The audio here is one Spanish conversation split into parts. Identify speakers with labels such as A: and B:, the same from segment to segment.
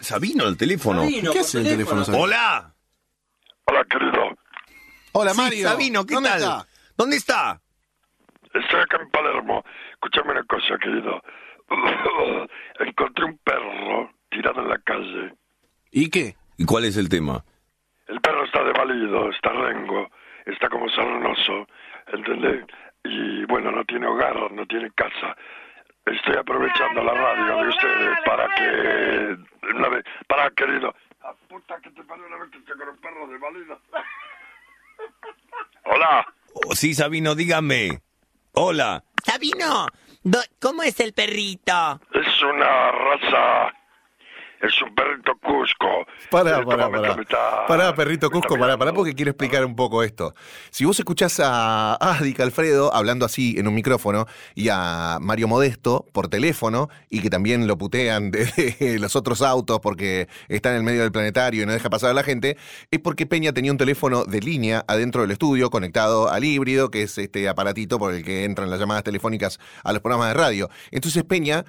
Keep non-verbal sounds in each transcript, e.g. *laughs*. A: Sabino al teléfono.
B: ¿Qué hace el teléfono? Sabino?
A: ¡Hola!
C: Hola, querido.
B: Hola,
A: Sí,
B: Mario.
A: Sabino, ¿qué
B: ¿Dónde
A: tal?
B: está?
A: ¿Dónde está?
C: Estoy acá en Palermo. Escúchame una cosa, querido. *laughs* Encontré un perro tirado en la calle.
B: ¿Y qué?
A: ¿Y cuál es el tema?
C: El perro está devalido, está rengo, está como sarnoso, ¿entendés? Y bueno, no tiene hogar, no tiene casa. Estoy aprovechando la radio de ustedes para que... Una vez, para, querido. La puta que te parió una vez que estoy con un perro devalido. *laughs* Hola.
A: Oh, sí, Sabino, dígame. Hola.
D: Sabino, do- ¿cómo es el perrito?
C: Es una raza. Es un perrito Cusco.
E: Pará,
C: Eh,
E: pará,
C: toma,
E: pará.
C: me está-
E: Pará, perrito
C: me está
E: Cusco, pará,
C: mirando.
E: pará, porque quiero explicar un poco esto. Si vos escuchás a Adi Alfredo hablando así en un micrófono y a Mario Modesto por teléfono y que también lo putean *laughs* de, de los otros autos porque está en el medio del planetario y no deja pasar a la gente, es porque Peña tenía un teléfono de línea adentro del estudio conectado al híbrido, que es este aparatito por el que entran las llamadas telefónicas a los programas de radio. Entonces Peña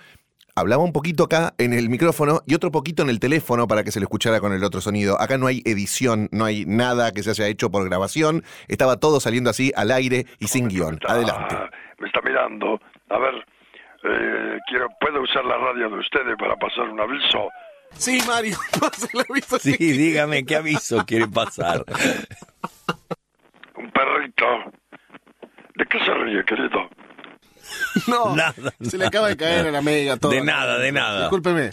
E: Hablaba un poquito acá en el micrófono y otro poquito en el teléfono para que se lo escuchara con el otro sonido. Acá no hay edición, no hay nada que se haya hecho por grabación. Estaba todo saliendo así al aire y sin guión.
C: Está-
E: Adelante.
C: Me está mirando. A ver, eh, quiero, ¿puedo usar la radio de ustedes para pasar un aviso?
B: Sí, Mario, *laughs* pasa el aviso.
A: Sí, dígame, ¿qué aviso quiere pasar?
C: Un perrito. ¿De qué se ríe, querido?
B: No,
A: Nada,
B: se le acaba de caer a la mega todo.
A: De nada, de nada.
B: Discúlpeme.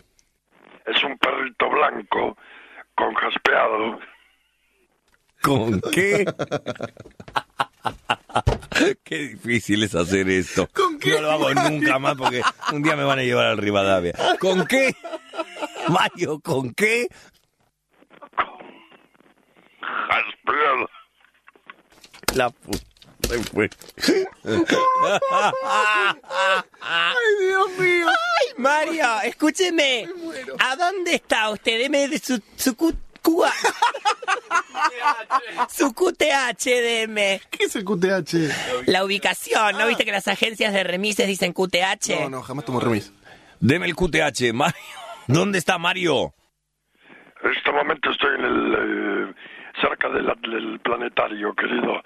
C: Es un perrito blanco con jaspeado.
A: ¿Con
D: *laughs*
A: qué? qué difícil es hacer esto.
B: ¿Con qué,
A: No lo hago nunca más porque un día me van a llevar al Rivadavia. ¿Con qué? Mario, ¿con qué?
C: Jaspeado.
A: La puta. se fue.
B: Ay, Dios mío.
D: Ay, Mario, escúcheme. ¿A dónde está usted? Deme de su, su cu- cua- su QTH, deme.
B: ¿Qué es el QTH?
D: La ubicación, ¿no viste que las agencias de remises dicen QTH?
B: Ah. No, no, jamás tomo remis.
A: Deme el QTH, Mario. ¿Dónde está Mario?
C: En este momento estoy en el, eh, cerca del, del planetario, querido.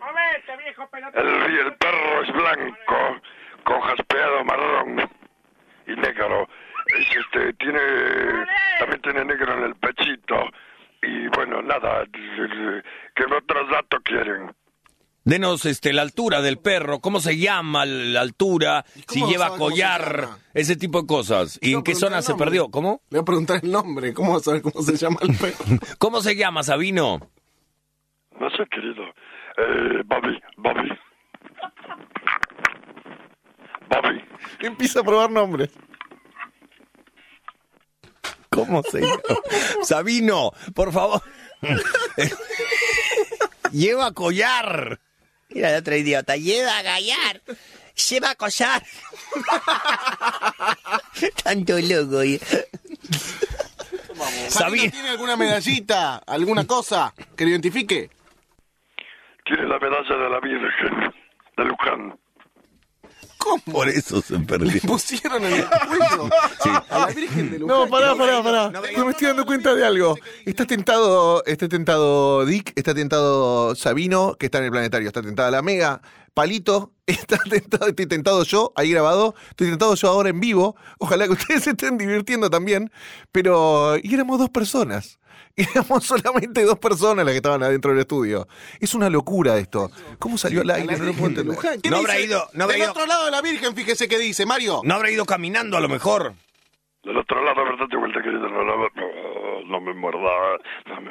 F: Movete, viejo pelotón.
C: El, ri- el perro es blanco, con jaspeado marrón y negro. Es, este, tiene, también tiene negro en el pechito. Y bueno, nada, ¿qué otros datos quieren?
A: Denos este, la altura del perro, cómo se llama la altura,
B: ¿Y
A: si
B: cómo
A: lleva
B: sabe cómo se
A: collar,
B: llama?
A: ese tipo de cosas.
B: Le
A: ¿Y
B: voy
A: en
B: a
A: qué
B: preguntar
A: zona
B: el
A: se
B: nombre.
A: perdió? ¿Cómo?
B: Le voy a preguntar el nombre. ¿Cómo vas a saber cómo se llama el
A: *laughs*
B: perro?
A: ¿Cómo se llama, Sabino?
C: No sé, querido. Eh, Bobby, Bobby. Bobby,
E: Empieza a probar nombres.
A: ¿Cómo se llama? Sabino, por favor. Lleva collar.
D: Mira el otro idiota, lleva a gallar, lleva a collar. Tanto loco. y-
A: Sabino.
B: ¿Tiene alguna medallita? ¿Alguna cosa que lo identifique?
C: tiene la medalla de la *laughs* Virgen de Luján.
B: ¿Cómo?
A: Por eso se perdió.
B: Le pusieron en el cuello a la Virgen de Luján.
E: No, pará, pará, pará. Yo me estoy dando cuenta de algo. Está tentado, está tentado Dick, está tentado Sabino, que está en el planetario, está tentada la Mega, Palito, *laughs* está tentado, estoy tentado yo, ahí grabado, estoy tentado yo ahora en vivo. Ojalá que ustedes *laughs* se estén divirtiendo también. Pero, y éramos dos personas. *laughs* Éramos solamente dos personas las que estaban adentro del estudio. Es una locura esto. ¿Cómo salió al
B: A la
E: aire? No lo puedo
B: Virgen de
E: entender.
B: Luján. ¿Qué
A: No
B: dice?
A: habrá ido, no habrá
B: Del
A: ido.
B: otro lado de la Virgen, fíjese qué dice, Mario.
A: No habrá ido caminando a lo mejor.
C: Del otro lado, ¿verdad? Te vuelta, querido. No, no, no, no me muerda. No me...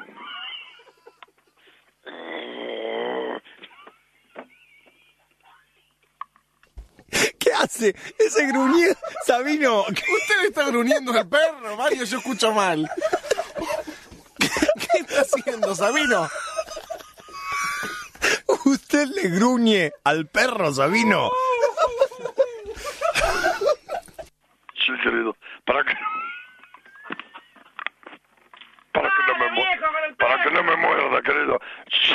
A: ¿Qué hace? Ese gruñido. Sabino, ¿qué-
B: Usted le está gruñendo al perro, Mario, yo escucho mal. ¿Qué, qué está haciendo, Sabino?
A: usted le gruñe al perro, Sabino.
C: Sí, querido. Para que... Para que no me
F: viejo, con
C: muerda.
F: el
C: Para que no me muerda, querido. Sí.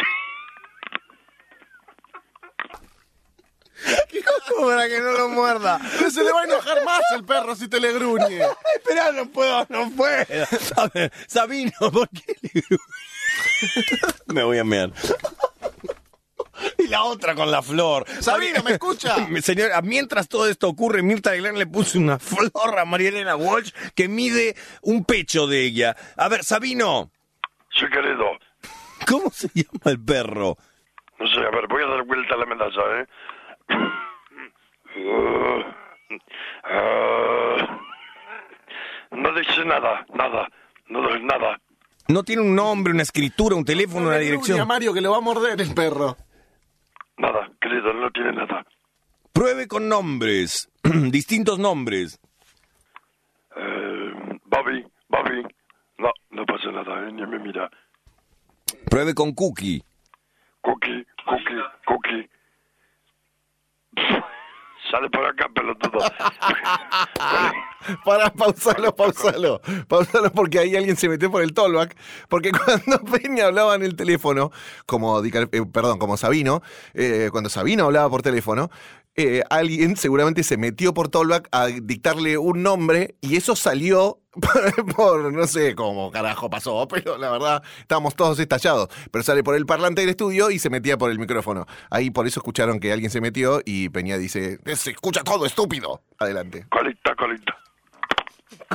A: perro para que no lo muerda.
B: Pero se le va a enojar más el perro si te le gruñe.
A: Espera, no puedo, no *laughs* puedo. Sab- Sabino, ¿por qué le gruñe? Me voy a mear. Y la otra con la flor.
B: Sabino, ¿me escucha?
A: *laughs* Señora, mientras todo esto ocurre, Mirta de Legrand le puso una flor a María Elena Walsh que mide un pecho de ella. A ver, Sabino,
C: Sí, querido.
A: ¿cómo se llama el perro?
C: No sé, a ver, voy a dar vuelta a la medalla, ¿eh? *coughs* Uh, ah, no dice nada, nada, no dice nada.
A: No tiene un nombre, una escritura, un teléfono,
B: Le
A: una
B: gruñe a
A: dirección.
B: Mario que lo va a morder el perro.
C: Nada, querido, no tiene nada.
A: Pruebe con nombres, *clears throat* distintos nombres.
C: Eh, Bobby, Bobby. No, no pasa nada, ¿eh? Ni me mira.
A: Pruebe con cookie.
C: Cookie, cookie, cookie. *laughs* Sale por acá, pelotudo.
E: *laughs* Para, pausalo, pausalo. Pausalo porque ahí alguien se metió por el tollback. Porque *laughs* cuando Peña hablaba en el teléfono, como, Di Car- eh, perdón, como Sabino, eh, cuando Sabino hablaba por teléfono, eh, alguien seguramente se metió por tollback a dictarle un nombre y eso salió *laughs* por, por- no sé cómo carajo pasó, pero la verdad estábamos todos estallados. Pero sale por el parlante del estudio y se metía por el micrófono. Ahí por eso escucharon que alguien se metió y Peña dice, se escucha todo, estúpido. Adelante.
C: colita, colita.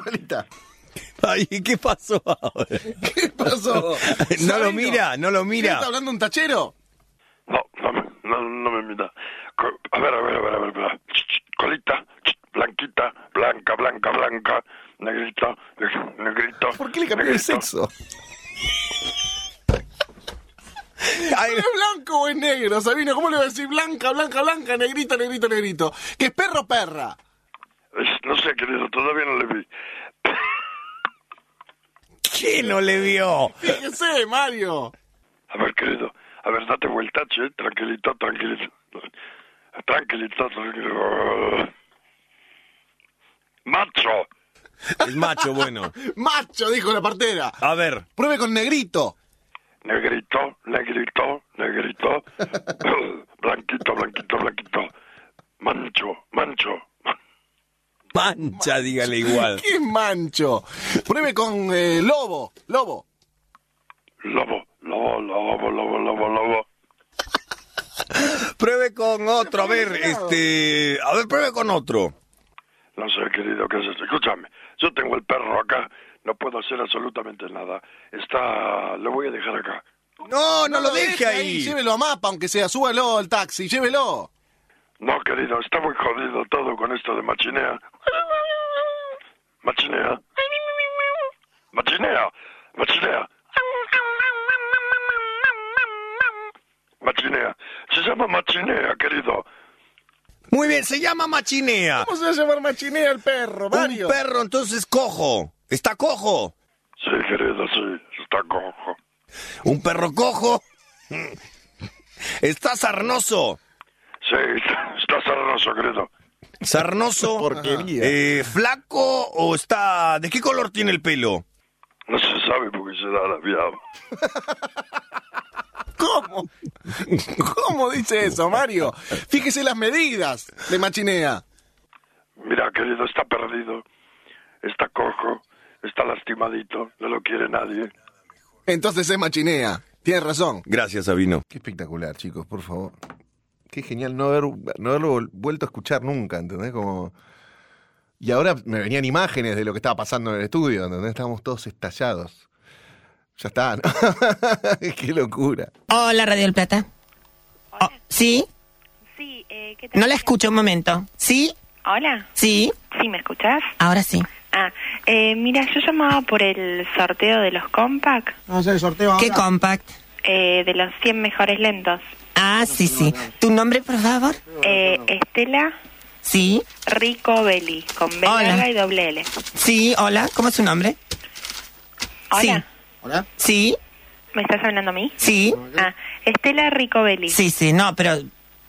E: Colita.
A: Ay, ¿qué pasó ahora?
B: ¿Qué pasó?
A: *laughs* No lo
B: Sabino,
A: mira, no lo
B: ¿quién
A: mira.
B: ¿Está hablando un tachero?
C: No, no me, no, no me mira. Co- A ver, a ver, a ver, a ver. a ver. Ch, ch, Colita, ch, blanquita, blanca, blanca, blanca. Negrito, neg- negrito.
E: ¿Por qué le cambió el
C: negrito.
E: sexo?
A: Ay,
B: ¿Es blanco o es negro, Sabino? ¿Cómo le va a decir blanca, blanca, blanca, negrito, negrito, negrito? Que es perro, perra.
C: Es- no sé, querido, todavía no le vi.
A: ¿Qué no le vio?
B: Fíjese, Mario.
C: A ver, querido, a ver, date vuelta, che, tranquilito, tranquilito. Tranquilito, tranquilito. Macho.
A: El macho, bueno.
B: Macho, dijo la partera.
A: A ver,
B: Pruebe con negrito.
C: Negrito, negrito, negrito. blanquito, blanquito, blanquito. Mancho, mancho.
A: mancha, dígale *laughs* igual.
B: ¿Qué es mancho? Pruebe con eh, lobo, lobo.
C: Lobo, lobo, lobo, lobo, lobo, lobo.
A: Pruebe con otro, a ver, este. A ver, pruebe con otro.
C: No sé, querido, ¿qué es esto? Escúchame, yo tengo el perro acá, no puedo hacer absolutamente nada. Está... lo voy a dejar acá.
A: No, no lo deje
B: deje
A: ahí.
B: Llévelo a mapa, aunque sea, súbalo al taxi, llévelo.
C: No, querido, está muy jodido todo con esto de machinea. Machinea. Machinea. Machinea. Machinea. Se llama machinea, querido.
A: Muy bien, se llama machinea.
B: ¿Cómo se va a llamar machinea el perro,
A: Un
B: Mario?
A: perro, entonces cojo. Está cojo.
C: Sí, querido, sí, está cojo.
A: Un perro cojo. Está sarnoso.
C: Sí, está, está sarnoso, querido.
A: Sarnoso.
E: Porquería.
A: Eh, ¿Flaco o está.? ¿De qué color tiene el pelo?
C: No se sabe porque se da la viaba.
B: ¿Cómo? *laughs* ¿Cómo dice eso, Mario? Fíjese las medidas de machinea.
C: Mira, querido, está perdido, está cojo, está lastimadito, no lo quiere nadie.
B: Entonces es machinea. Tienes razón.
A: Gracias, Sabino.
E: Qué espectacular, chicos, por favor. Qué genial no, haber, no haberlo vol- vuelto a escuchar nunca, ¿entendés? Como... Y ahora me venían imágenes de lo que estaba pasando en el estudio, ¿entendés? Estábamos todos estallados. Ya está, ¿no? *laughs* Qué locura.
G: Hola, Radio del Plata.
H: Hola.
G: Oh, ¿Sí?
H: Sí, eh, ¿qué tal?
G: No la escucho un momento. ¿Sí?
H: Hola.
G: ¿Sí?
H: Sí, ¿me escuchás?
G: Ahora sí.
H: Ah, eh, mira, yo llamaba por el sorteo de los compact,
G: ¿Qué compact?
H: eh, de los 100 mejores lentos.
G: Ah, sí, sí. ¿Tu nombre, por favor?
H: Eh, Estela
G: Sí.
H: Rico Belli, con B
G: Hola.
H: larga y doble L.
G: Sí, hola. ¿Cómo es su nombre?
H: Hola,
G: Sí.
H: ¿me estás hablando a mí?
G: Sí.
H: Ah, Estela Rico Belli.
G: Sí, sí. No, pero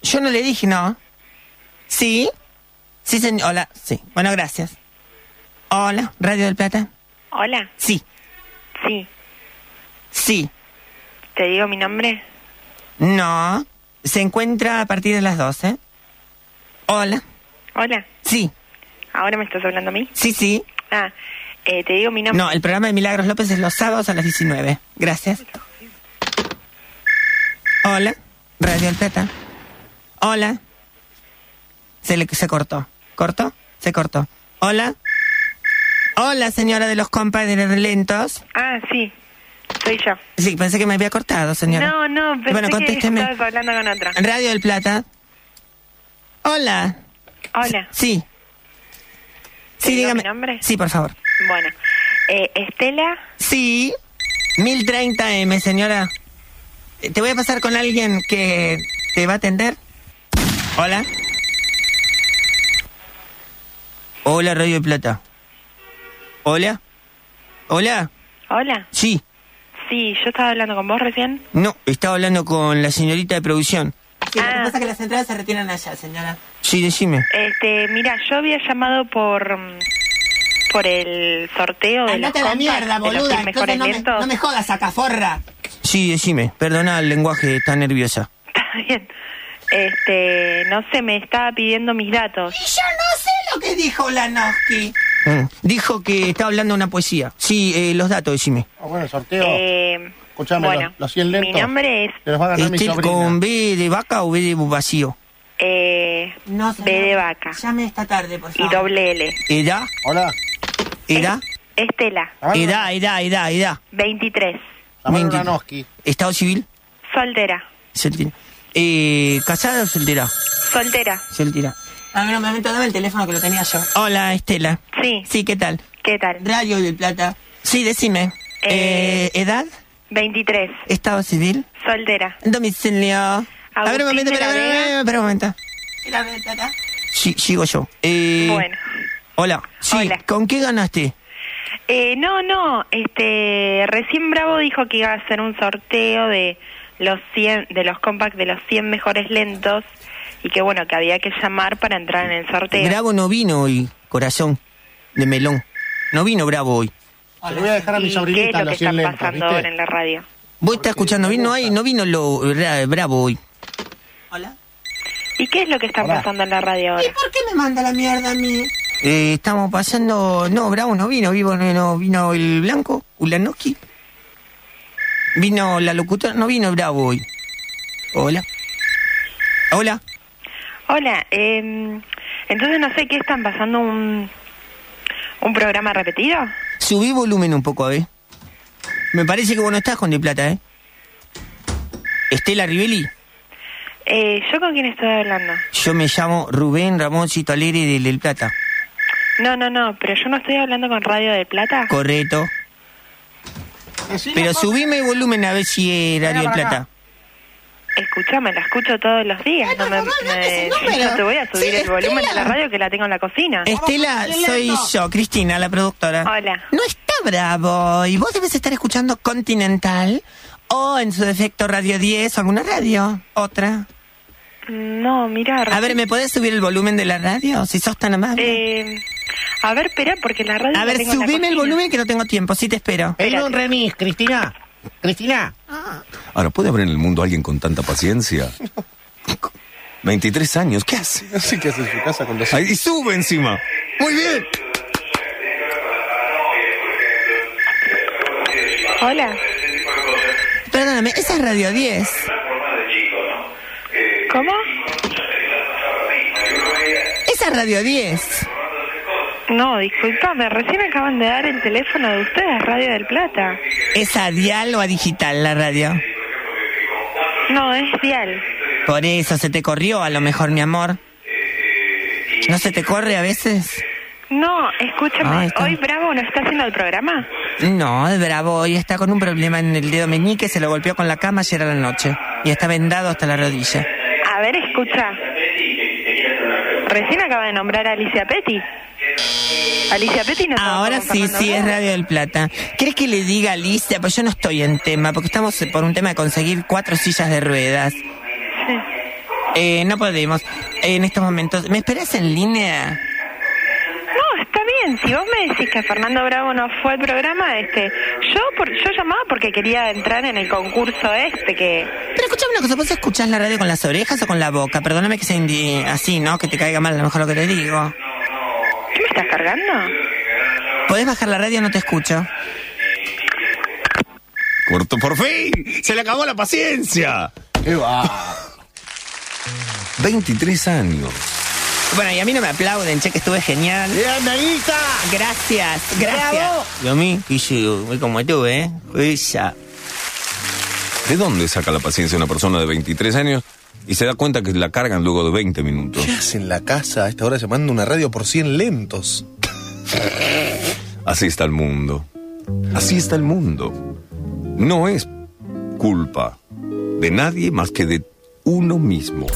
G: yo no le dije, ¿no? ¿Sí? Sí, señor. Hola. Sí. Bueno, gracias. Hola, Radio del Plata.
H: Hola,
G: Sí.
H: sí,
G: Sí.
H: ¿te digo mi nombre?
G: No. Se encuentra a partir de las 12. Hola.
H: Hola,
G: Sí,
H: ¿ahora me estás hablando a mí?
G: sí, sí.
H: Ah, eh, te digo mi nombre.
G: No, el programa de Milagros López es los sábados a las 19. Gracias. Hola. Radio El Plata. Hola. Se, le, se cortó. ¿Cortó? Se cortó. Hola. Hola, señora de los compadres lentos.
H: Ah, sí, soy yo.
G: Sí, pensé que me había cortado, señora.
H: No, no, pensé
G: Bueno, contésteme.
H: que estabas hablando con otra.
G: Radio del Plata. Hola.
H: Hola,
G: Sí.
H: ¿Te digo
G: Sí, dígame.
H: mi nombre?
G: Sí, por favor.
H: bueno, eh, Estela,
G: Sí. 1030M, señora. Eh, Te voy a pasar con alguien que te va a atender. Hola. Hola, Radio del Plata. Hola. Hola.
H: hola.
G: Sí.
H: Sí, yo estaba hablando con vos recién.
G: No, estaba hablando con la señorita de producción.
H: Sí, lo que Ah. pasa es
G: que las entradas se retiran allá, señora. Sí, decime.
H: Este, mira, yo había llamado por mm, por el sorteo de los
G: Andate a la
H: compas,
G: mierda,
H: de los
G: boluda.
H: cien mejores
G: Entonces no me,
H: lentos.
G: no me jodas, sacaforra. Sí, decime. Perdona el lenguaje, está nerviosa.
H: *laughs* Está bien. Este, no sé, me estaba pidiendo mis datos.
G: Yo no sé lo que dijo Lanoski. Mm. Dijo que estaba hablando una poesía. Sí, eh, los datos, decime.
B: Ah, bueno, sorteo.
H: Eh,
B: Escuchame,
H: bueno,
B: los, los 100 lentos.
H: Mi nombre es
B: Te los va a ganar Ah, mi
G: Este,
B: sobrina.
G: ¿Con B de vaca o B de vacío?
H: eh, B de vaca
G: Llame esta tarde, por
H: y doble L.
G: ¿Edad?
B: Hola.
G: ¿Edad?
H: Estela,
B: Llamalo-
G: ¿Edad? ¿Edad? ¿Edad? ¿Edad?
H: 23.
B: llamalo a
G: Mentira.
B: Nanoski.
G: ¿Estado civil?
H: Soltera,
G: Soltera. Eh, ¿Casada o soltera?
H: soltera.
G: Soltera. A ver, un momento, dame el teléfono que lo tenía yo. Hola, Estela.
H: Sí,
G: Sí, ¿qué tal?
H: ¿qué tal?
G: Radio del Plata. Sí, decime.
H: Eh,
G: Eh, ¿Edad?
H: 23,
G: ¿Estado civil?
H: soltera.
G: Domicilio. a ver un momento,
H: de la
G: espera, espera,
H: Vega.
G: espera, espera un momento. Sí, sigo yo. Eh,
H: Bueno,
G: Hola. Sí,
H: Hola.
G: ¿con qué ganaste?
H: eh, no, no, este, recién Bravo dijo que iba a hacer un sorteo de los 100, de los compacts de los 100 mejores lentos y que bueno, que había que llamar para entrar en el sorteo.
G: Bravo no vino hoy, corazón de melón. No vino Bravo hoy.
B: Te voy a dejar a mi
H: ¿Y qué es lo
B: sobrinita
H: que
B: los
H: está
B: 100 lentos,
H: pasando
B: ¿viste?
H: ahora en la radio?
G: Vos estás escuchando bien, no, hay, no vino lo, ra- Bravo hoy.
H: ¿Y qué es lo que está
B: Hola.
H: pasando en la radio ahora?
G: por qué me manda la mierda a mí? Eh, estamos pasando... No, Bravo no vino, vivo, no, no vino el Blanco, Ulanowski. Vino la locutora, no vino Bravo hoy. Hola. Hola.
H: Hola, eh, entonces no sé qué están pasando un un programa repetido.
G: Subí volumen un poco, a ver. Me parece que vos no estás con De Plata, ¿eh? Estela Rivelli.
H: Eh, ¿Yo con quién estoy hablando?
G: Yo me llamo Rubén Ramoncito Alegre de Del Plata.
H: No, no, no, pero yo no estoy hablando con Radio del Plata.
G: Correcto. Pero subime el volumen a ver si es Radio Del Plata.
H: Escuchame, la escucho todos los días. No me, me- yo no te voy a subir el volumen de la radio que la tengo en la cocina.
G: Estela, soy yo, Cristina, la productora.
H: Hola.
G: No está bravo. Y vos debes estar escuchando Continental o, en su defecto, Radio 10 o alguna radio. Otra.
H: No, mirá.
G: A ver, ¿me podés subir el volumen de la radio? Si sos tan amable.
H: eh, a ver, espera, porque la radio.
G: a
H: la
G: ver,
H: tengo en la
G: subime el
H: cocina.
G: volumen que no tengo tiempo. Sí, te espero.
B: Pedí un remis, Cristina. Cristina.
I: Ahora, ¿puede haber en el mundo alguien con
B: *laughs*
I: tanta paciencia? 23 años, ¿qué hace?
B: No sé qué hace en su casa con los
I: Ahí, y sube encima. Muy bien.
H: Hola,
G: Perdóname, esa es Radio 10.
H: ¿cómo?
G: Esa es Radio 10.
H: No, disculpame, recién acaban de dar el teléfono de ustedes, Radio del Plata.
G: ¿Es a dial o a digital la radio?
H: No, es Dial.
G: Por eso se te corrió a lo mejor, mi amor. ¿No se te corre a veces?
H: No,
G: Ah,
H: escúchame,
G: está.
H: hoy Bravo no está haciendo el programa.
G: No, el bravo hoy está con un problema en el dedo meñique, se lo golpeó con la cama ayer a la noche. Y está vendado hasta la rodilla.
H: A ver, escucha. Recién acaba de nombrar a Alicia Petty. Alicia Petty no trabaja
G: Ahora
H: con
G: sí,
H: Fernando
G: sí, es
H: Bravo.
G: Radio del Plata. ¿Crees que le diga a Alicia? Pues yo no estoy en tema, porque estamos eh, por un tema de conseguir cuatro sillas de ruedas.
H: Sí.
G: Eh, no podemos en estos momentos. ¿Me esperas en línea?
H: No, está bien, si vos me decís que Fernando Bravo no fue al programa, este, yo por, yo llamaba porque quería entrar en el concurso este que
G: Pero escuchame una cosa, ¿vos escuchás la radio con las orejas o con la boca? Perdóname que sea indi- así, ¿no? Que te caiga mal a lo mejor lo que te digo.
H: ¿Qué me estás cargando?
G: ¿Podés bajar la radio? No te escucho.
A: Corto por fin. Se le acabó la paciencia.
B: ¿Qué
H: *laughs*
B: va?
A: 23 años.
G: Bueno, y a mí no me aplauden, che, que estuve genial.
B: ¡Bien, Melita!
G: Gracias, gracias. Y a mí, y yo, muy como tú, ¿eh? Esa.
A: ¿De dónde saca la paciencia una persona de 23 años y se da cuenta que la cargan luego de 20 minutos?
E: ¿Qué hace en la casa a esta hora llamando una radio por 100 lentos?
A: Así está el mundo. Así está el mundo. No es culpa de nadie más que de uno mismo.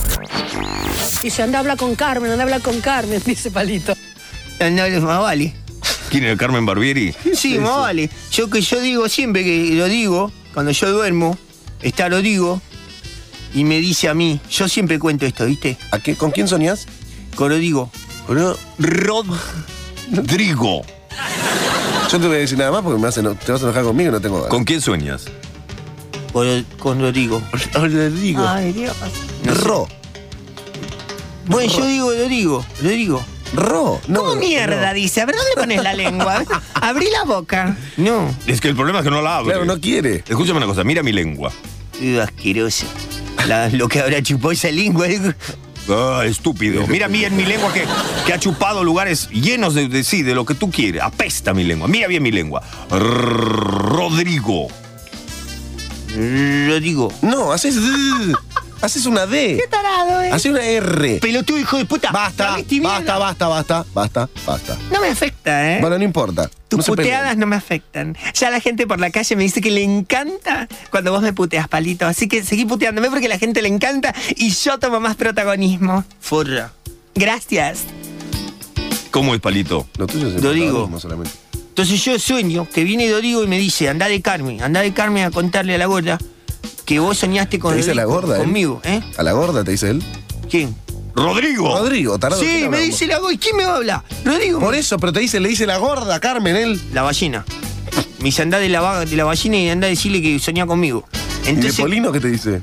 J: Dice, anda a hablar con Carmen, anda a hablar con Carmen, dice Palito.
G: No, no, más vale.
A: ¿Quién es el Carmen Barbieri?
G: Sí, más vale. Yo que yo digo siempre que lo digo, cuando yo duermo, está lo digo, y me dice a mí, yo siempre cuento esto, ¿viste?
B: ¿A qué- ¿Con quién soñás?
G: Con lo digo.
B: Boludo,
A: Rodrigo.
B: Yo no te voy a decir nada más porque me vas a eno- te vas a enojar conmigo y no tengo ganas.
A: ¿Con quién sueñas?
G: Con lo- Con lo digo.
B: Ahora digo.
G: Ay, Dios.
B: Ro.
G: Bueno, yo digo, lo digo, lo digo.
B: Ro. No,
G: ¿Cómo mierda dice? A ver, ¿dónde pones la *laughs* lengua? Abrí la boca. No.
A: Es que el problema es que no la hablo.
B: Claro, no quiere.
A: Escúchame una cosa, mira mi lengua.
G: Uy, asqueroso. La- lo que habrá chupado esa lengua. eh. digo.
A: Ah, estúpido. Mira a mí en mi lengua que, que ha chupado lugares llenos de, de sí, de lo que tú quieres. Apesta mi lengua. Mira bien mi lengua. R- Rodrigo.
G: Lo digo.
B: No, haces. D, haces una D.
G: Tarado, eh.
B: Haces una R.
G: Pelotudo, hijo de puta.
B: Basta,
G: Dame este mierda.
B: basta, basta, basta, basta, basta.
G: No me afecta, ¿eh?
B: Bueno, no importa.
G: Tus
B: no se peleen.
G: puteadas no me afectan. Ya la gente por la calle me dice que le encanta cuando vos me puteas, palito. Así que seguí puteándome porque la gente le encanta y yo tomo más protagonismo. Forra. Gracias.
A: ¿Cómo es, palito?
B: Lo tuyo es el
G: Lo digo.
B: protagonismo solamente.
G: Entonces yo sueño que viene Dorigo y me dice, anda de Carmen, anda de Carmen a contarle a la gorda que vos soñaste con
B: ¿Te dice
G: Dorigo,
B: la gorda? él?
G: conmigo, ¿eh?
B: ¿A la gorda te dice él?
G: ¿Quién?
A: Rodrigo.
B: Rodrigo, tarado. ¿de
G: sí,
B: quién
G: me
B: hablamos?
G: dice la gorda. ¿Y quién me va a hablar? Rodrigo.
B: Por eso, pero te dice, le dice la gorda, Carmen, él.
G: La ballena. Me dice, andá de la, va- de la ballena y andá a decirle que soñá conmigo.
B: ¿Y de
G: Entonces...
B: Polino qué te dice?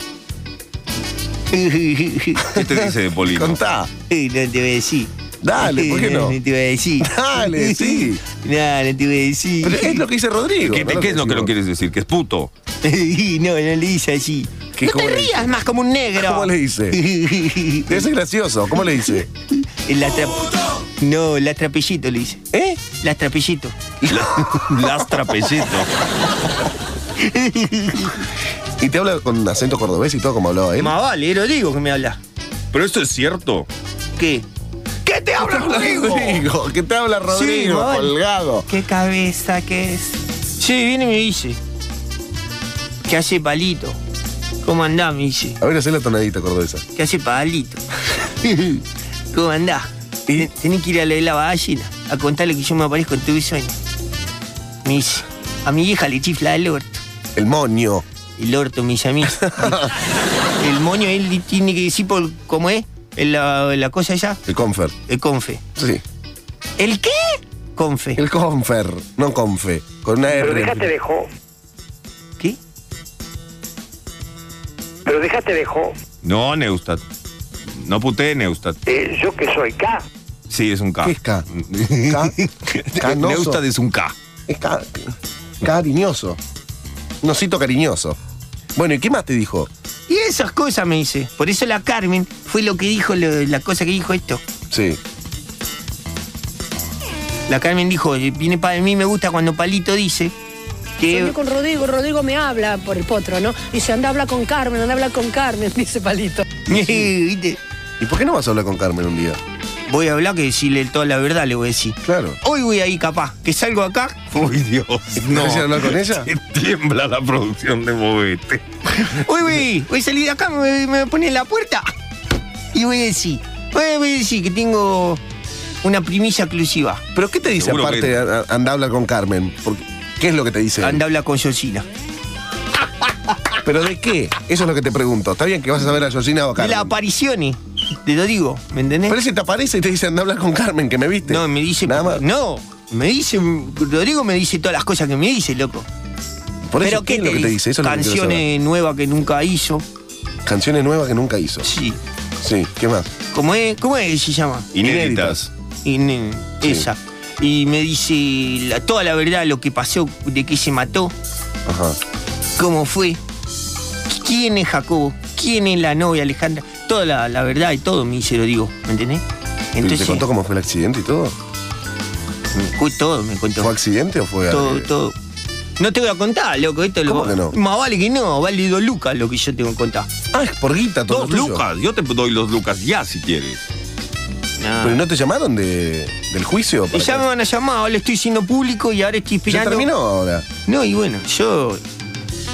A: ¿Qué te dice de Polino?
B: Contá.
G: *laughs* Eh, no te voy a decir.
B: Dale, ¿por qué no?
G: *laughs* No te voy a decir.
B: *laughs* Dale,
G: *laughs*
B: sí.
G: No, no te voy a decir.
B: Pero es
G: *laughs*
B: lo que dice Rodrigo.
A: ¿Qué,
B: ¿no?
A: qué es lo que lo
B: decimos.
A: quieres decir? ¿Que es puto?
G: no, no le hice así.
B: ¿Qué,
G: no
B: cómo
G: te
B: le
G: rías más como un negro.
B: ¿Cómo le
G: *laughs* dice?
B: Ese es gracioso. ¿Cómo le dice?
G: la tra- No, la trapellito le hice.
B: ¿Eh?
G: La trapellito.
A: Las trapecitos.
B: *laughs* Y te habla con acento cordobés y todo como hablaba él.
G: Más vale, lo digo que me habla.
A: Pero esto es cierto.
G: ¿Qué? ¿Qué te habla
B: Rodrigo, que te habla Rodrigo,
G: mal.
B: colgado.
G: Qué cabeza que es. Sí, viene y me dice. ¿Qué hace palito? ¿Cómo andás? Me dice.
B: A ver, hacé la tonadita cordobesa.
G: ¿Qué hace palito? *laughs* ¿Cómo andás? Ten- Tenés que ir a la de la ballena a contarle que yo me aparezco en tu sueño. Me dice, a mi hija le chifla el orto.
B: El moño.
G: El orto, mis amigos. el moño, él tiene que decir por cómo es en la, la cosa allá,
B: El confer.
G: el confe.
B: Sí.
G: ¿El qué? Confe.
B: El confer. No confe. Con una
K: Pero
B: R.
K: dejate dejó.
G: ¿Qué?
K: Pero dejate dejó.
A: No, Neustat. No puté, Neustat.
K: Eh, yo que soy K.
A: Sí, es un K.
B: ¿Qué es K? K.
I: *laughs*
B: Canoso.
A: Neustat es un K.
B: Es ca- cariñoso. Un osito cariñoso. Bueno, ¿y qué más te dijo?
G: Y esas cosas me dice. Por eso la Carmen fue lo que dijo, lo- la cosa que dijo esto.
B: Sí.
G: La Carmen dijo, eh, viene para mí, me gusta cuando Palito dice que...
J: Soñé con Rodrigo, Rodrigo me habla por el potro, ¿no? Dice, anda a hablar con Carmen, anda a hablar con Carmen, *laughs* dice Palito.
G: ¿Viste?
B: ¿Y por qué no vas a hablar con Carmen un día?
G: Voy a hablar que decirle toda la verdad, le voy a decir.
B: Claro.
G: Hoy voy ahí capaz, que salgo acá.
A: Uy, Dios.
B: ¿No querés ir a hablar con
I: *laughs*
B: ella?
A: Te tiembla la producción de Movete.
G: Hoy voy, voy a salir de acá, me, me pone en la puerta. Y voy a decir, hoy voy a decir que tengo una primicia exclusiva.
B: ¿Pero qué te dice
A: Seguro
B: aparte
A: que-
B: de a- a- anda a hablar con Carmen? Porque- ¿Qué es lo que te
A: Ah,
B: dice? él?
G: Anda a hablar con Georgina.
B: ¿Pero de qué? Eso es lo que te pregunto. ¿Está bien que vas a saber a Georgina o a
G: De
B: Carmen?
G: las apariciones, te lo digo, ¿me entendés?
B: Pero ese te aparece y te dice anda a hablar con Carmen, que me viste.
G: No, me dice.
B: Nada más.
G: No, Me dice, Rodrigo me dice todas las cosas que me dice, loco.
B: Por eso,
G: Pero
B: ¿qué es lo que te dice? Eso es lo que quiero
G: canciones nuevas que nunca hizo.
B: Canciones nuevas que nunca hizo.
G: Sí.
B: Sí, ¿qué más?
G: ¿Cómo es? ¿Cómo es que se llama?
I: Inéditas.
G: Inen- Esa. Y me dice la- toda la verdad, lo que pasó, de qué se mató,
B: Ajá.
G: cómo fue, quién es Jacobo, quién es la novia Alejandra, toda la, la verdad y todo me dice, lo digo, ¿me entendés?
B: ¿Pero ¿Te contó cómo fue el accidente y todo?
G: Fue todo, me contó.
B: ¿Fue accidente o fue
G: Todo,
B: eh,
G: todo. No te voy a contar, loco, esto lo
B: ¿Cómo que no?
G: Más vale que no, vale dos lucas lo que yo tengo que contar.
B: Ah, es por guita todo.
I: Dos
B: tuyo.
I: lucas. Yo te doy los lucas ya si quieres.
B: ¿Pero no te llamaron de, del juicio?
G: Ah. Y
B: para
G: ya
B: que-
G: me van a llamar, ahora estoy siendo público y ahora estoy
B: ¿Ya
G: esperando.
B: terminó ahora?
G: No, y bueno, yo.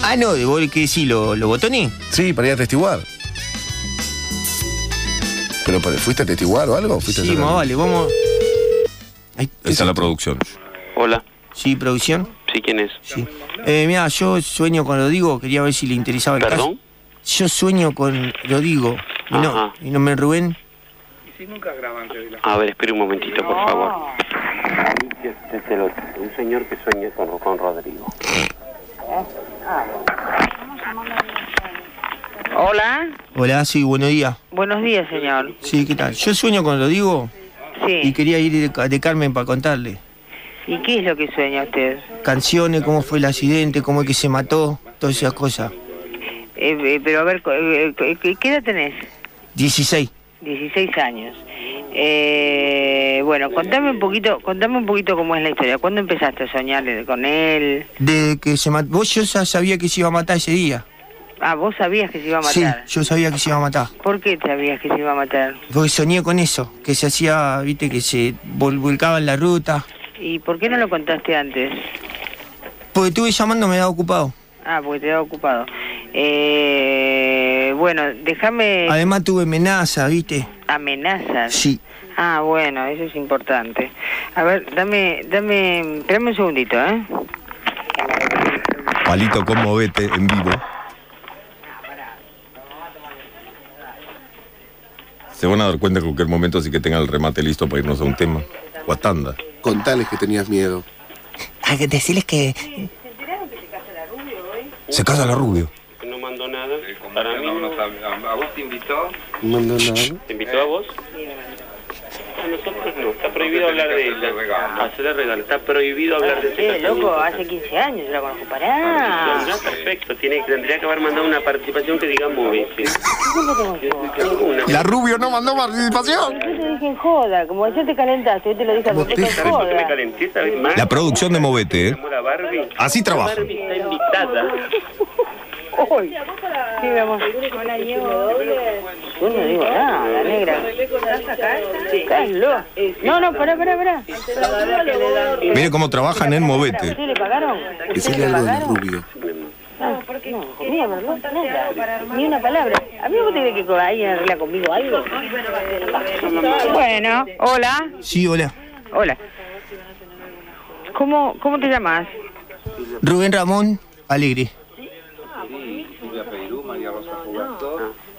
G: Ah, no, de vos que sí, lo, lo botoné.
B: Sí, para ir a testiguar. ¿Pero pero, fuiste a testiguar o algo? ¿Fuiste a
G: Sí,
B: hacer
G: más
B: algo?
G: vale, vamos. Ay,
I: Está la producción.
L: Hola,
G: sí, producción.
L: ¿sí quién es?
G: Eh, mira, yo sueño con Rodrigo, quería ver si le interesaba el
L: ¿Perdón?
G: caso. Yo sueño con Rodrigo. Mi no,
L: Ajá.
G: mi nombre es Rubén.
L: A ver, espere un momentito, por favor. Desde el otro, un señor que sueña con, con Rodrigo.
M: Hola,
G: Hola, sí, buenos días.
M: buenos días, señor.
G: Sí, ¿qué tal? Yo sueño con Rodrigo y
M: Sí.
G: quería ir de, Ca- de Carmen para contarle.
M: ¿Y qué es lo que sueña usted?
G: Canciones, cómo fue el accidente, cómo es que se mató, todas esas cosas.
M: Eh, eh, pero a ver, co- eh, eh, ¿qué qué edad tenés?
G: 16.
M: 16 años. Eh, bueno, contame un poquito, contame un poquito cómo es la historia. ¿Cuándo empezaste a soñar con él?
G: De que se mató. Vos yo sa- sabía que se iba a matar ese día.
M: Ah, vos sabías que se iba a
G: Sí,
M: matar.
G: yo sabía que se iba a matar.
M: ¿Por qué sabías que se iba a matar?
G: Porque soñé con eso, que se hacía, viste, que se vol- volcaba en la ruta.
M: ¿Y por qué no lo contaste antes?
G: Porque estuve llamando, me daba ocupado.
M: Ah, porque te había ocupado. Eh, bueno, déjame
G: Además tuve amenaza, viste.
M: amenazas.
G: Sí.
M: Ah, bueno, eso es importante. A ver, dame, dame, espérame un segundito, ¿eh?
I: Palito, cómo vete en vivo. Se van a dar cuenta en cualquier momento, así que tengan el remate listo para irnos a un tema. O a tanda.
B: Contales que tenías miedo.
G: Hay que decirles que.
I: Se casa la rubio.
L: No mandó nada. Para mí ¿A vos te invitó?
B: No, no, no.
L: ¿Te invitó a vos? A nosotros no, está prohibido hablar de ella. Hacerle regalo, está prohibido hablar de
M: Sí,
L: ese
M: loco,
L: casamiento.
M: hace 15 años yo la conozco. Pará.
L: Ya, perfecto, tiene, tendría que haber mandado una participación que diga móvil. Ninguna.
B: La Rubio no mandó participación.
M: Yo te dije en joda, como ayer te calentaste, hoy te lo dije a propósito en
L: ¿Sabes por qué me
M: joda.
L: calenté esta vez más?
I: La producción de Movete, ¿eh?
L: Amor a Barbie.
I: Así trabaja.
L: Barbie está invitada.
M: Hoy. Sí, mi amor. Yo no digo nada, negra. ¿Estás loco? No, no, pará, pará, pará.
I: Mire cómo trabajan en Movete.
M: ¿Ustedes le pagaron? ¿Ustedes le pagaron?
B: Rubio.
M: No, mira, mi amor, nada, ni una palabra. ¿A mí vos te crees que alguien arregla conmigo algo? Bueno, hola.
G: Sí, hola.
M: Hola. ¿Cómo, cómo te llamas?
G: Rubén Ramón, alegre.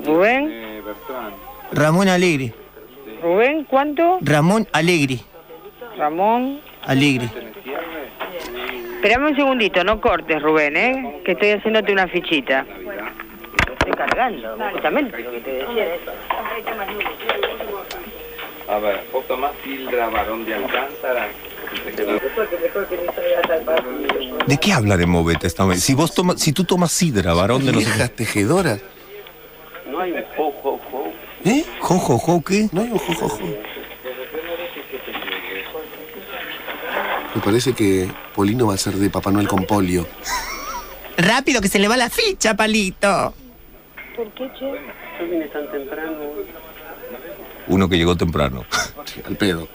M: Rubén.
G: Ramón Alegre.
M: Rubén, ¿cuánto?
G: Ramón Alegre.
M: Ramón.
G: Alegre.
M: Esperame un segundito, no cortes, Rubén, ¿eh? Que estoy haciéndote una fichita. Estoy cargando, justamente lo que te decía.
N: A ver, vos tomás Sildra, varón de Alcántara.
I: ¿De qué hablan en Movete esta vez? Si vos tomas, si tú tomas sidra, varón de los tejedoras.
L: No hay un jo, jo, jo.
I: ¿Eh? Jojo, jo, ¿qué?
B: No hay un jojojo. Me parece que Polino va a ser de Papá Noel con polio.
G: Rápido que se le va la ficha, palito.
L: ¿Por qué, che? Yo vine tan temprano.
I: Uno que llegó
B: *laughs*
I: temprano.
B: Al pedo.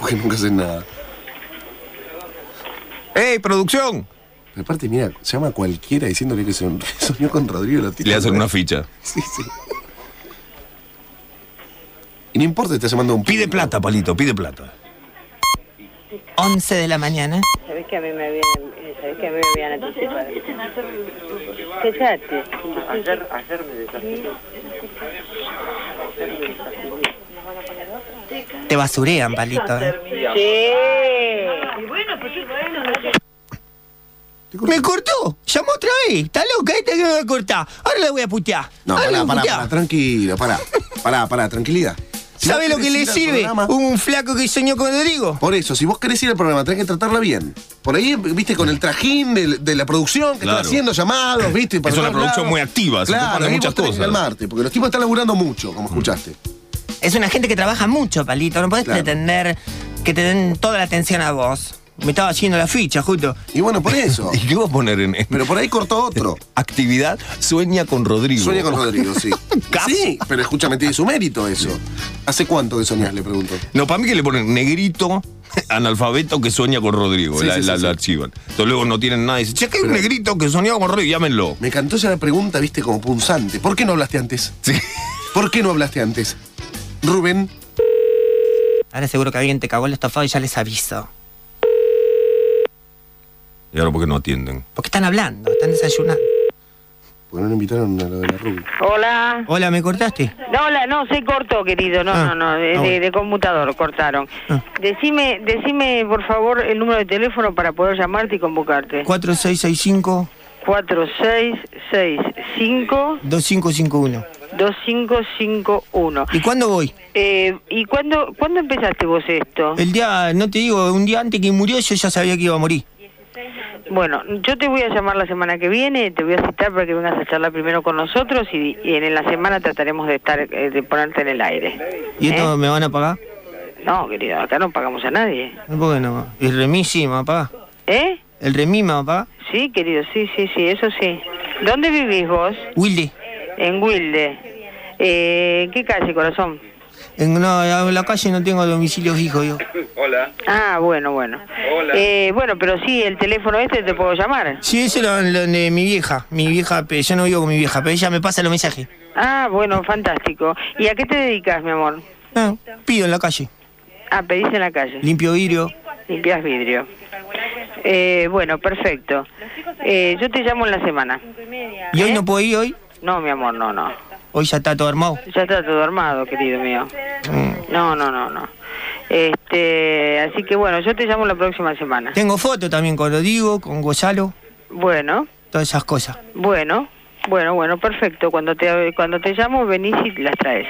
B: Porque nunca hacen nada.
I: ¡Ey, producción!
B: Pero aparte, mira, se llama a cualquiera diciéndole *laughs* que soñ- soñó con Rodrigo y lo tira
I: Le hacen
B: atrás.
I: una ficha.
B: Sí, sí. Y no importa, estás llamando a un
I: Pide plata, palito, pide plata.
G: 11 de la mañana.
M: Sabés que a mí me habían, eh, sabés que a mí me habían anticipado. Callate.
L: Ayer, ayer me desafío. Ayer me desafío.
G: Te basurean, palito. ¿eh?
M: Sí. Y bueno, pues yo bueno, no sé.
G: Me cortó, llamó otra vez. Está loca, esta que me va a cortar. Ahora la voy a putear.
B: No,
G: Ahora la
B: pará,
G: voy a
B: pará,
G: putear.
B: pará, tranquilo, pará. Pará, pará, tranquilidad. Si
G: ¿Sabe
B: vos
G: lo que
B: querés
G: le
B: ir al
G: sirve?
B: programa-
I: Uh.
G: Un flaco que soñó con Rodrigo.
B: Por eso, si vos querés ir al programa, tenés que tratarla bien. Por ahí, viste, con el trajín del- de, la producción que
I: Claro.
B: están haciendo,
I: *clears throat*
B: llamados, viste. para
I: Es una
B: todos
I: producción muy activa, se
B: claro,
I: ocupan de
B: ahí vos
I: muchas
B: tenés que
I: cosas. Mm.
B: calmarte, porque los tipos están laburando mucho, como escuchaste.
G: Es una gente que trabaja mucho, palito. No podés pretender que te den toda la atención a vos. Me estaba haciendo la ficha, justo.
B: Y bueno, por
I: *laughs*
B: eso.
I: ¿Y qué va a poner en.?
B: Pero por ahí cortó otro.
I: Actividad sueña con Rodrigo.
B: Sueña con Rodrigo, *laughs* sí. Sí, pero escúchame, tiene su mérito eso. ¿Hace cuánto que soñás? Le pregunto.
I: No, para mí que le ponen negrito, *laughs* analfabeto que sueña con Rodrigo.
B: Sí,
I: la,
B: sí,
I: la-
B: sí,
I: la
B: sí.
I: archivan. Entonces luego no tienen nada y dicen, che, que hay un
B: Pero-
I: negrito que soñaba con Rodrigo, llámenlo.
B: Me encantó esa pregunta, viste, como punzante. ¿Por qué no hablaste antes?
I: Sí.
B: ¿Por qué no hablaste antes? Rubén.
G: Ahora seguro que alguien te cagó el estafado y ya les aviso.
I: Y ahora, ¿por qué no atienden?
G: Porque están hablando, están desayunando.
B: Porque no lo invitaron a lo de la Rubén.
M: Hola.
G: Hola, ¿me cortaste?
M: No, la, no, se cortó, querido. No,
G: Ah.
M: no, no, de,
G: Ah,
M: de-
G: bueno. Ah.
M: de conmutador cortaron. Decime, decime, por favor, el número de teléfono para poder llamarte y convocarte.
G: 4665
M: 4665
G: 2551.
M: 2551.
G: ¿Y cuándo voy?
M: Eh, ¿Y cuándo, cuándo empezaste vos esto?
G: El día, no te digo, un día antes que murió yo ya sabía que iba a morir.
M: Bueno, yo te voy a llamar la semana que viene, te voy a citar para que vengas a charlar primero con nosotros y, y en la semana trataremos de estar eh, de ponerte en el aire. ¿Eh?
G: ¿Y esto me van a pagar?
M: No, querido, acá no pagamos a nadie.
G: ¿Por qué no? ¿El remis sí me va a pagar?
M: ¿Eh?
G: ¿El remis me va a pagar?
M: Sí, querido, sí, sí, sí, eso sí. ¿Dónde vivís vos?
G: Wilde,
M: En Wilde. Eh, ¿en ¿Qué calle, corazón?
G: en, no, en la calle no tengo domicilio fijo yo.
M: Hola. Ah, bueno, bueno.
G: Hola.
M: Eh, bueno, pero sí, el teléfono este te puedo llamar.
G: Sí, eso lo, lo de mi vieja. Mi vieja, pe- yo no vivo con mi vieja, pero ella me pasa los mensajes.
M: Ah, bueno, fantástico. ¿Y a qué te dedicas, mi amor?
G: Ah, pido en la calle.
M: Ah, pedís en la calle.
G: Limpio vidrio.
M: Limpias vidrio. Eh, bueno, perfecto. Eh, yo te llamo en la semana. ¿Eh?
G: ¿Y hoy no puedo ir hoy?
M: No, mi amor, no, no.
G: Hoy ya está todo armado.
M: Ya está todo armado, querido mío. No, no, no, no. Este, así que bueno, yo te llamo la próxima semana.
G: Tengo fotos también con Rodrigo, con Gonzalo,
M: Bueno,
G: todas esas cosas.
M: bueno, bueno, bueno, perfecto. Cuando te cuando te llamo venís y las traes.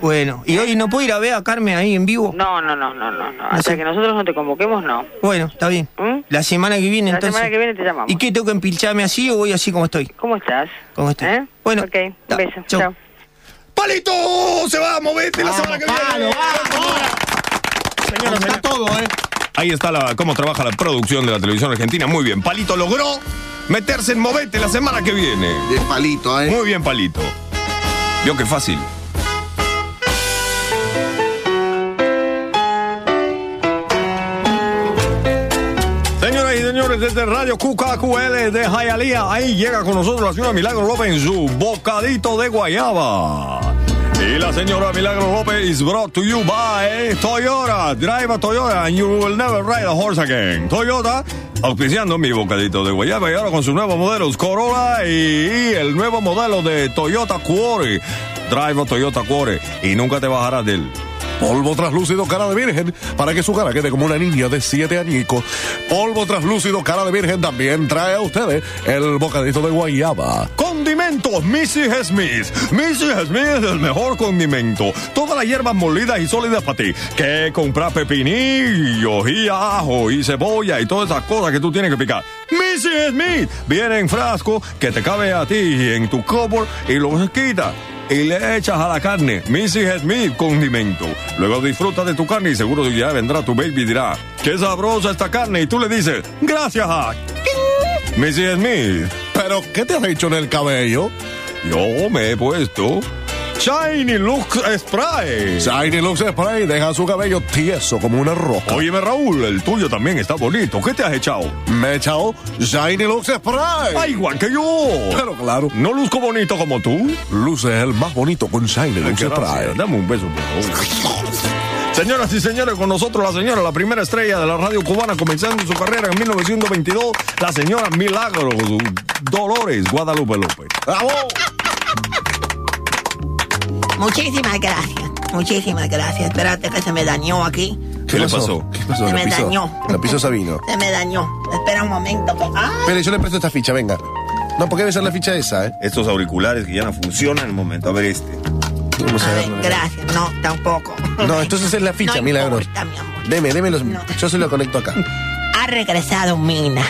G: Bueno, ¿y hoy no puedo ir a ver a Carmen ahí en vivo?
M: No, no, no, no, no. no. Hasta
G: sé.
M: que nosotros no te convoquemos, no. ¿Mm?
G: Bueno, está bien. La semana que viene
M: La
G: entonces.
M: semana que viene te llamamos.
G: ¿Y qué tengo que empilcharme así o voy así como estoy?
M: ¿Cómo estás? ¿Eh?
G: ¿Cómo estoy? Bueno,
M: Ok, un beso. Chao.
A: ¡Palito! ¡Se va! ¡Movete Pues, la semana que viene!
B: Está todo, ¿eh?
I: Ahí está la, cómo trabaja la producción de la televisión argentina. Muy bien, Palito logró meterse en Movete la semana que viene.
B: Bien, Palito, ¿eh?
I: Muy bien, Palito. Vio qué fácil. Señoras y señores, desde Radio QKQL de Jayalía, ahí llega con nosotros la señora Milagro López en su bocadito de guayaba. Y la señora Milagro López is brought to you by Toyota. Drive a Toyota and you will never ride a horse again. Toyota, auspiciando mi bocadito de guayaba y ahora con sus nuevos modelos Corolla y el nuevo modelo de Toyota Quarry. Drive a Toyota Quarry y nunca te bajarás de él.
O: Polvo traslúcido cara de virgen para que su cara quede como una niña de 7 añicos. Polvo traslúcido cara de virgen también trae a ustedes el bocadito de guayaba.
I: Condimentos Mrs. Smith. Mrs. Smith es el mejor condimento. Todas las hierbas molidas y sólidas para ti. Que comprar pepinillos y ajo y cebolla y todas esas cosas que tú tienes que picar. Mrs. Smith viene en frasco que te cabe a ti y en tu cupboard y los quitas. Y le echas a la carne Mrs. Smith condimento. Luego disfruta de tu carne y seguro que ya vendrá tu baby y dirá, qué sabrosa esta carne. Y tú le dices, gracias. Mrs. Smith.
O: ¿Pero qué te has hecho en el cabello?
I: Yo me he puesto Shiny Lux Spray.
O: Shiny Lux Spray deja su cabello tieso como una roca.
I: Óyeme, Raúl, el tuyo también está bonito. ¿Qué te has echado?
O: Me he echado Shiny Lux Spray.
I: ¡Ay, igual que yo!
O: Pero claro.
I: ¿No luzco bonito como tú?
O: Luce es el más bonito con Shiny Lux
I: Gracias.
O: Spray.
I: Dame un beso, por favor. Señoras y señores, con nosotros la señora, la primera estrella de la radio cubana, comenzando su carrera en 1922, la señora Milagros Dolores Guadalupe López.
J: Muchísimas gracias. Muchísimas gracias. Espérate que se me dañó aquí.
E: ¿Qué le pasó?
J: ¿Qué pasó? Se me dañó.
E: Lo pisó Sabino.
J: Se me dañó. Espera un momento. que- ¡Ah!
E: Pero yo le presto esta ficha, venga. No, porque debe ser la ficha esa, ¿eh?
A: Estos auriculares que ya no funcionan en el momento. A ver este.
E: Vamos a verlo.
J: Gracias. No, tampoco.
E: No, entonces es la ficha,
J: No
E: milagros. Deme, deme los. Yo se lo conecto acá.
J: Ha regresado Mina.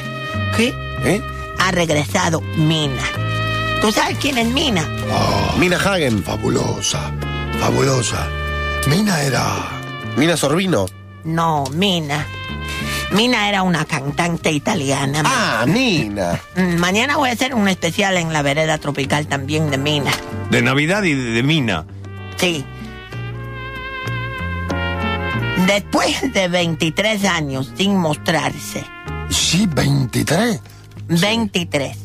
J: ¿Qué?
E: ¿Eh?
J: Ha regresado Mina. ¿Tú sabes quién es Mina?
A: Ah.
E: Mina Hagen.
K: Fabulosa, fabulosa. Mina era.
E: Mina Sorbino.
J: No, Mina. Mina era una cantante italiana.
E: Ah, Mina.
J: Mm, Mañana voy a hacer un especial en la vereda tropical también de Mina.
A: De Navidad y de, de Mina.
J: Sí. Después de 23 años sin mostrarse.
K: Sí, 23.
J: 23.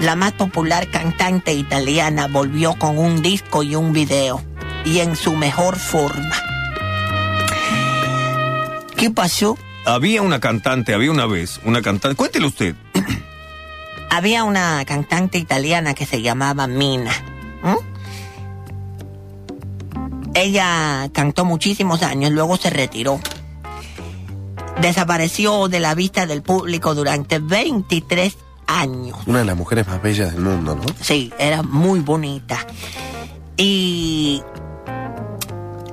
J: La más popular cantante italiana volvió con un disco y un video. Y en su mejor forma. ¿Qué pasó?
A: Había una cantante, había una vez, una cantante. Cuéntele usted.
J: Había una cantante italiana que se llamaba Mina. ¿m? Ella cantó muchísimos años, luego se retiró. Desapareció de la vista del público durante 23 años.
E: Una de las mujeres más bellas del mundo, ¿no?
J: Sí, era muy bonita. Y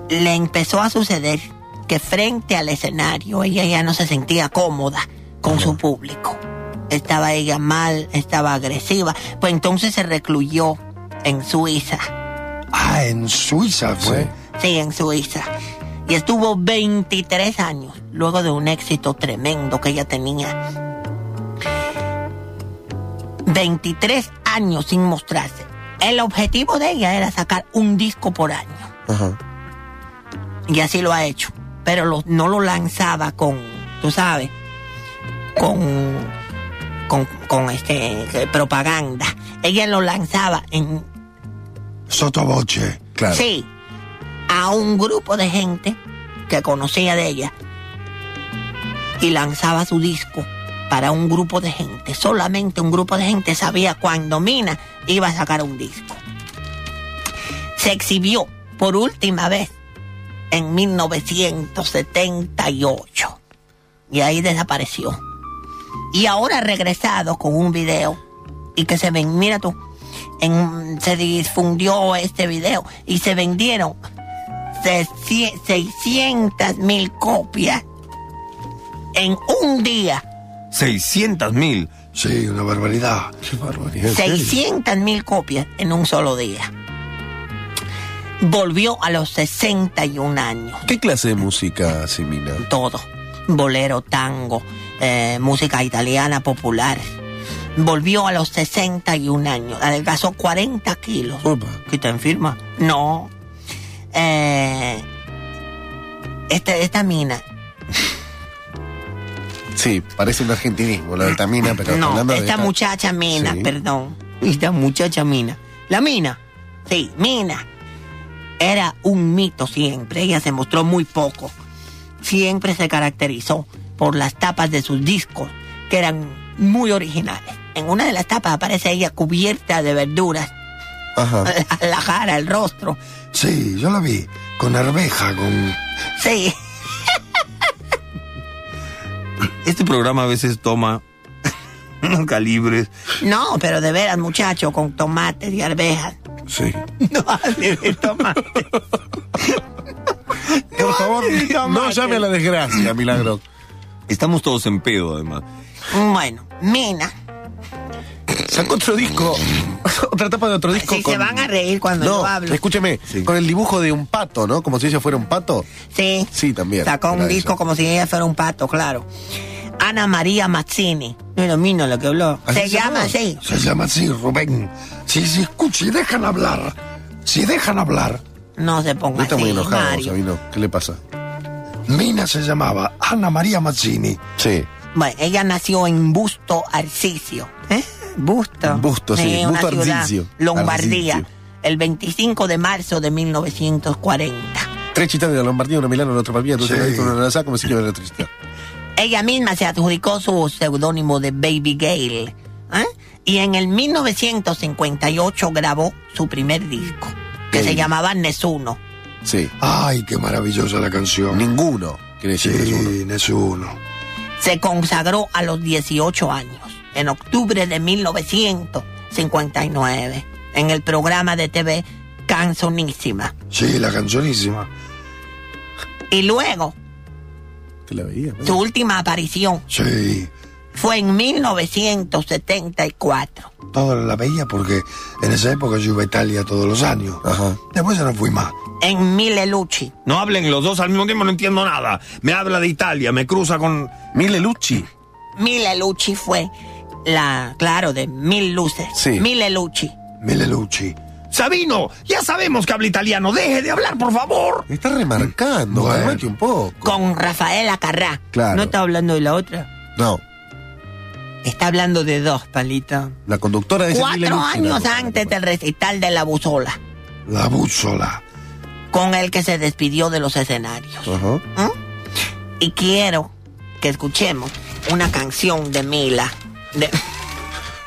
J: le empezó a suceder que frente al escenario ella ya no se sentía cómoda con su público. Estaba ella mal, estaba agresiva. Pues entonces se recluyó en Suiza.
K: Ah, en Suiza fue.
J: Sí, en Suiza. Y estuvo 23 años, luego de un éxito tremendo que ella tenía. 23 años sin mostrarse. El objetivo de ella era sacar un disco por año.
E: Ajá.
J: Y así lo ha hecho. Pero lo- no lo lanzaba con, tú sabes, con, con, con este, eh, propaganda. Ella lo lanzaba en,
K: Sotoboche. Claro.
J: Sí, a un grupo de gente que conocía de ella y lanzaba su disco para un grupo de gente. Solamente un grupo de gente sabía cuándo Mina iba a sacar un disco. Se exhibió por última vez en 1978 y ahí desapareció. Y ahora ha regresado con un video y que se ven, mira tú, en- se difundió este video y se vendieron 600 mil copias en un día.
A: 600 mil.
K: Sí, una barbaridad.
E: Qué barbaridad.
J: 600 mil copias en un solo día. Volvió a los 61 años.
E: ¿Qué clase de música hace Mina?
J: Todo. Bolero, tango, eh, música italiana popular. Volvió a los 61 años. Adelgazó 40 kilos. ¿Qué te enferma? No. Eh, este- esta mina.
E: Sí, parece un argentinismo, lo de esta Mina, pero
J: no,
E: hablando de
J: esta muchacha mina,
E: Sí.
J: perdón. Esta muchacha mina. La mina. Sí, mina. Era un mito siempre. Ella se mostró muy poco. Siempre se caracterizó por las tapas de sus discos, que eran muy originales. En una de las tapas aparece ella cubierta de verduras,
K: Ajá.
J: *laughs* la, la cara, el rostro.
K: Sí, yo la vi. Con arveja, con.
J: Sí.
A: Este programa a veces toma *laughs* unos calibres.
J: No, pero de veras, muchacho, con tomates y arvejas.
A: Sí.
J: *laughs* No hables de tomates.
E: *laughs* Por favor, no llame a la desgracia, Milagro.
A: Estamos todos en pedo, además.
J: Bueno, Mina.
E: Sacó otro disco, *laughs* otra tapa de otro disco.
J: Si se van a reír cuando
E: no,
J: yo hablo.
E: escúcheme, con el dibujo de un pato, ¿no? Como si ella fuera un pato.
J: Sí.
E: Sí, también.
J: Sacó
E: Era
J: un disco como si ella fuera un pato, claro. Ana María Mazzini. No era mío lo que habló. Se llama así.
K: Se llama así, Rubén. Sí, sí, escucha, y dejan hablar. Si dejan hablar.
J: No se
E: No
J: ponga
E: está
J: así,
E: muy enojado,
J: Mario.
E: Sabino. ¿Qué le pasa?
K: Mina se llamaba Ana María Mazzini.
E: Sí.
J: Bueno, ella nació en Busto Arcisio. ¿Eh? Busto.
E: Busto, sí,
J: una
E: Busto
J: ciudad,
E: Arsizio.
J: Lombardía.
E: Arsizio.
J: El 25 de marzo de 1940.
E: Tres chitas de la Lombardía, una Milano, la otra Pavía, otra Madrid, una Nazá, como si fuera otra chita.
J: Ella misma se adjudicó su seudónimo de Baby Gale. ¿eh? Y en el 1958 grabó su primer disco, que se llamaba Nesuno.
B: Sí.
K: Ay, qué maravillosa la canción.
B: Ninguno.
K: sí, es uno.
J: Se consagró a los 18 años, en octubre de 1959, en el programa de TV Canzonísima.
K: Sí, la cancionísima.
J: Y luego,
B: Que la veía. pues. ¿no?
J: su última aparición
K: Sí.
J: fue en 1974.
K: Todo la veía porque en esa época yo iba a Italia todos los años. Después ya no fui más.
J: En Milelucci.
A: No hablen los dos al mismo tiempo, no entiendo nada. Me habla de Italia, me cruza con.
B: Milelucci.
J: Milelucci fue la, claro, de mil luces.
A: Sí.
J: Milelucci.
K: Milelucci.
A: Sabino, ya sabemos que habla italiano. Deje de hablar, por favor.
K: *laughs*
B: Está remarcando, calmate un poco.
J: Con Rafaela Carrá.
B: Claro.
J: No está hablando de la otra.
B: No,
J: Está hablando de dos, palito.
B: la conductora de ese
J: Cuatro
B: Milelucci,
J: años
B: la-
J: antes del recital de La Buzola,
K: La bússola.
J: con el que se despidió de los escenarios.
B: Ajá.
J: Y quiero que escuchemos una canción de Mila. De...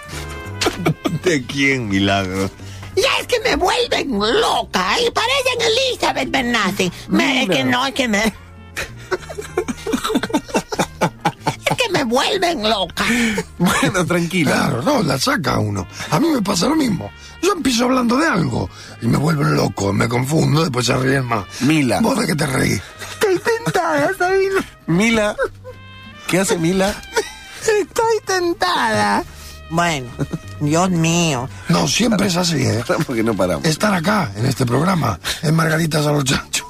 J: *laughs*
A: ¿De quién, milagro?
J: Ya es que me vuelven loca y parecen Elizabeth Bernassi. Me, es que no, es que me. *laughs* es que me vuelven loca.
K: Bueno, tranquila. *laughs* Claro, no, la saca uno. A mí me pasa lo mismo. Yo empiezo hablando de algo y me vuelvo loco, me confundo, después se ríen más.
B: Mila.
K: ¿Vos de qué te reís?
B: Estoy tentada, Sabino. Mila. ¿Qué hace Mila?
J: Estoy tentada. Bueno, Dios mío.
K: No, siempre es así, ¿eh?
B: *laughs* Porque no paramos.
K: Estar acá, en este programa, en Margaritas a los Chanchos.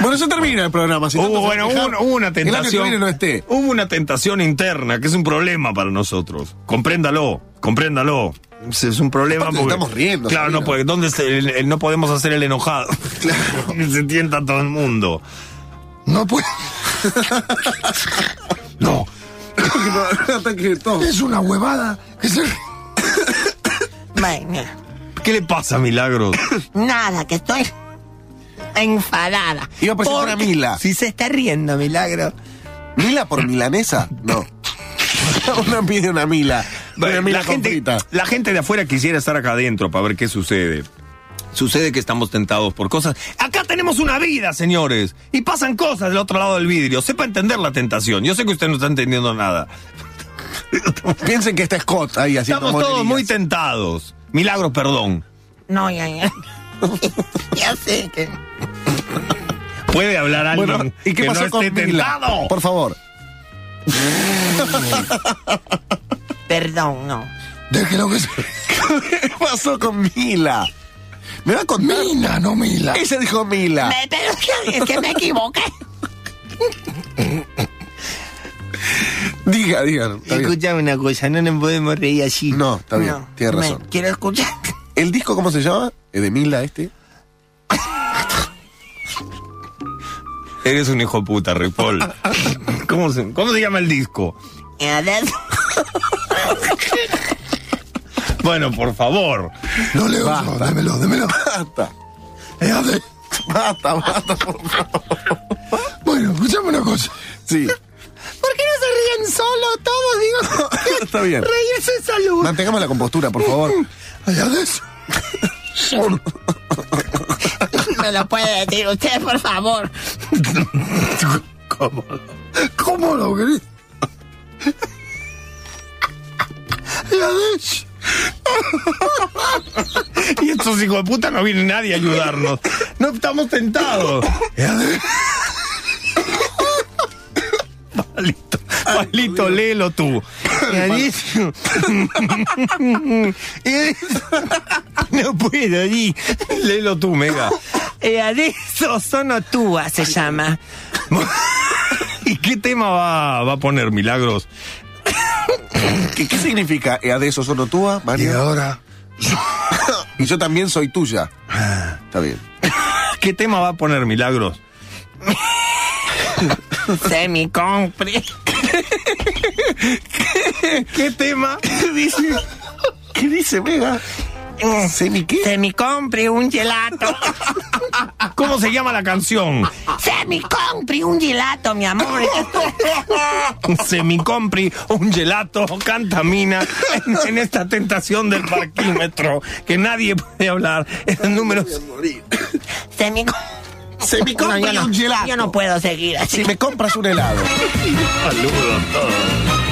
B: Bueno, se termina el programa. Si tanto
A: Hubo,
B: se
A: Uh, bueno, hubo,
B: quejaron,
A: una- hubo una
B: el año que
A: tentación.
B: viene no esté.
A: Hubo una tentación interna, que es un problema para nosotros. Compréndalo, compréndalo. Es es un problema
B: Aparte,
A: porque.
B: estamos riendo,
A: Claro, no,
B: Sabino.
A: porque ¿dónde se- el- el- no podemos hacer el enojado. Claro. *laughs* se tienta todo el mundo.
K: No puede. no,
B: *laughs* Ataque de todo.
K: es una huevada que se ríe.
J: Bueno,
A: ¿Qué le pasa,
K: *laughs*
A: Milagros?
J: nada, que estoy enfadada.
B: Iba
K: Pues
B: a presentar a
J: Porque-
B: Mila.
J: Si se está riendo, milagro.
B: ¿Mila por milanesa? No. *laughs* una pide una Mila. Una Mila
A: la, gente,
B: completa.
A: la gente de afuera quisiera estar acá adentro para ver qué sucede. Sucede que estamos tentados por cosas. Acá tenemos una vida, señores. Y pasan cosas del otro lado del vidrio. Sepa entender la tentación. Yo sé que usted no está entendiendo nada.
B: Piensen que está Scott ahí haciendo
A: Estamos todos
B: monerías.
A: muy tentados. Milagros, perdón.
J: No, ya, ya. ya sé que.
A: Puede hablar alguien
B: Bueno, ¿y qué
A: que
B: pasó
A: no
B: con
A: esté
B: Mila?
A: tentado.
B: Por favor.
J: Perdón, no.
K: Déjelo que se
B: *laughs* ¿Qué pasó con Mila? ¿Me va a contar?
K: Mina, no Mila.
B: Ella dijo Mila.
J: Me- pero es que- es que me equivoqué.
B: Diga, diga. está bien.
G: Escuchame una cosa, no nos podemos reír así.
B: No, está bien.
J: No,
B: Tienes
J: me
B: razón.
J: quiero escuchar.
B: ¿El disco cómo se llama? ¿El de Mila este?
A: Eres un hijo de puta,
B: *laughs*
A: Ripoll. ¿Cómo se, ¿Cómo se llama el disco?
J: Y adentro- *laughs*
A: Bueno, por favor.
K: No leo yo, démelo, démelo.
B: Basta.
K: Eh, a ver.
B: Basta, basta, por favor.
K: Bueno, escuchame una cosa.
B: Sí.
G: ¿Por qué no se ríen solo todos? Digo,
B: *laughs* Está bien.
G: reírse es salud.
B: Mantengamos la compostura, por
K: *laughs*
B: favor.
K: Allá de eso.
J: ¿Me lo puede decir usted, por favor?
K: ¿Cómo? ¿Cómo lo querés? Allá de eso.
A: *laughs* Y estos hijos de puta no viene nadie a ayudarnos. No estamos tentados. Palito, palito, léelo tú. *laughs* No puedo, Di. Léelo tú, Mega.
G: Eh, adesso sono tua, se llama.
A: ¿Y qué tema va, va a poner, Milagros?
B: ¿Qué, qué significa? ¿Ea de eso solo tuya,
K: Y
B: Mario?
K: ahora.
B: *laughs* Y yo también soy tuya.
K: Ah.
B: Está bien.
A: ¿Qué tema va a poner, Milagros?
G: Se mi compri.
A: ¿Qué tema?
B: ¿Qué dice? ¿Qué dice, Mega?
G: ¿Semi qué? Semi compre un gelato.
A: ¿Cómo se llama la canción?
J: Semi compre un gelato, mi amor.
A: Semicompri, un gelato, cantamina en, en esta tentación del parquímetro que nadie puede hablar. Esos números.
J: Semi
E: Semicompri
J: No, yo no-
E: un gelato.
J: Yo no puedo seguir así.
E: Si me compras un helado.
A: Saludos a todos.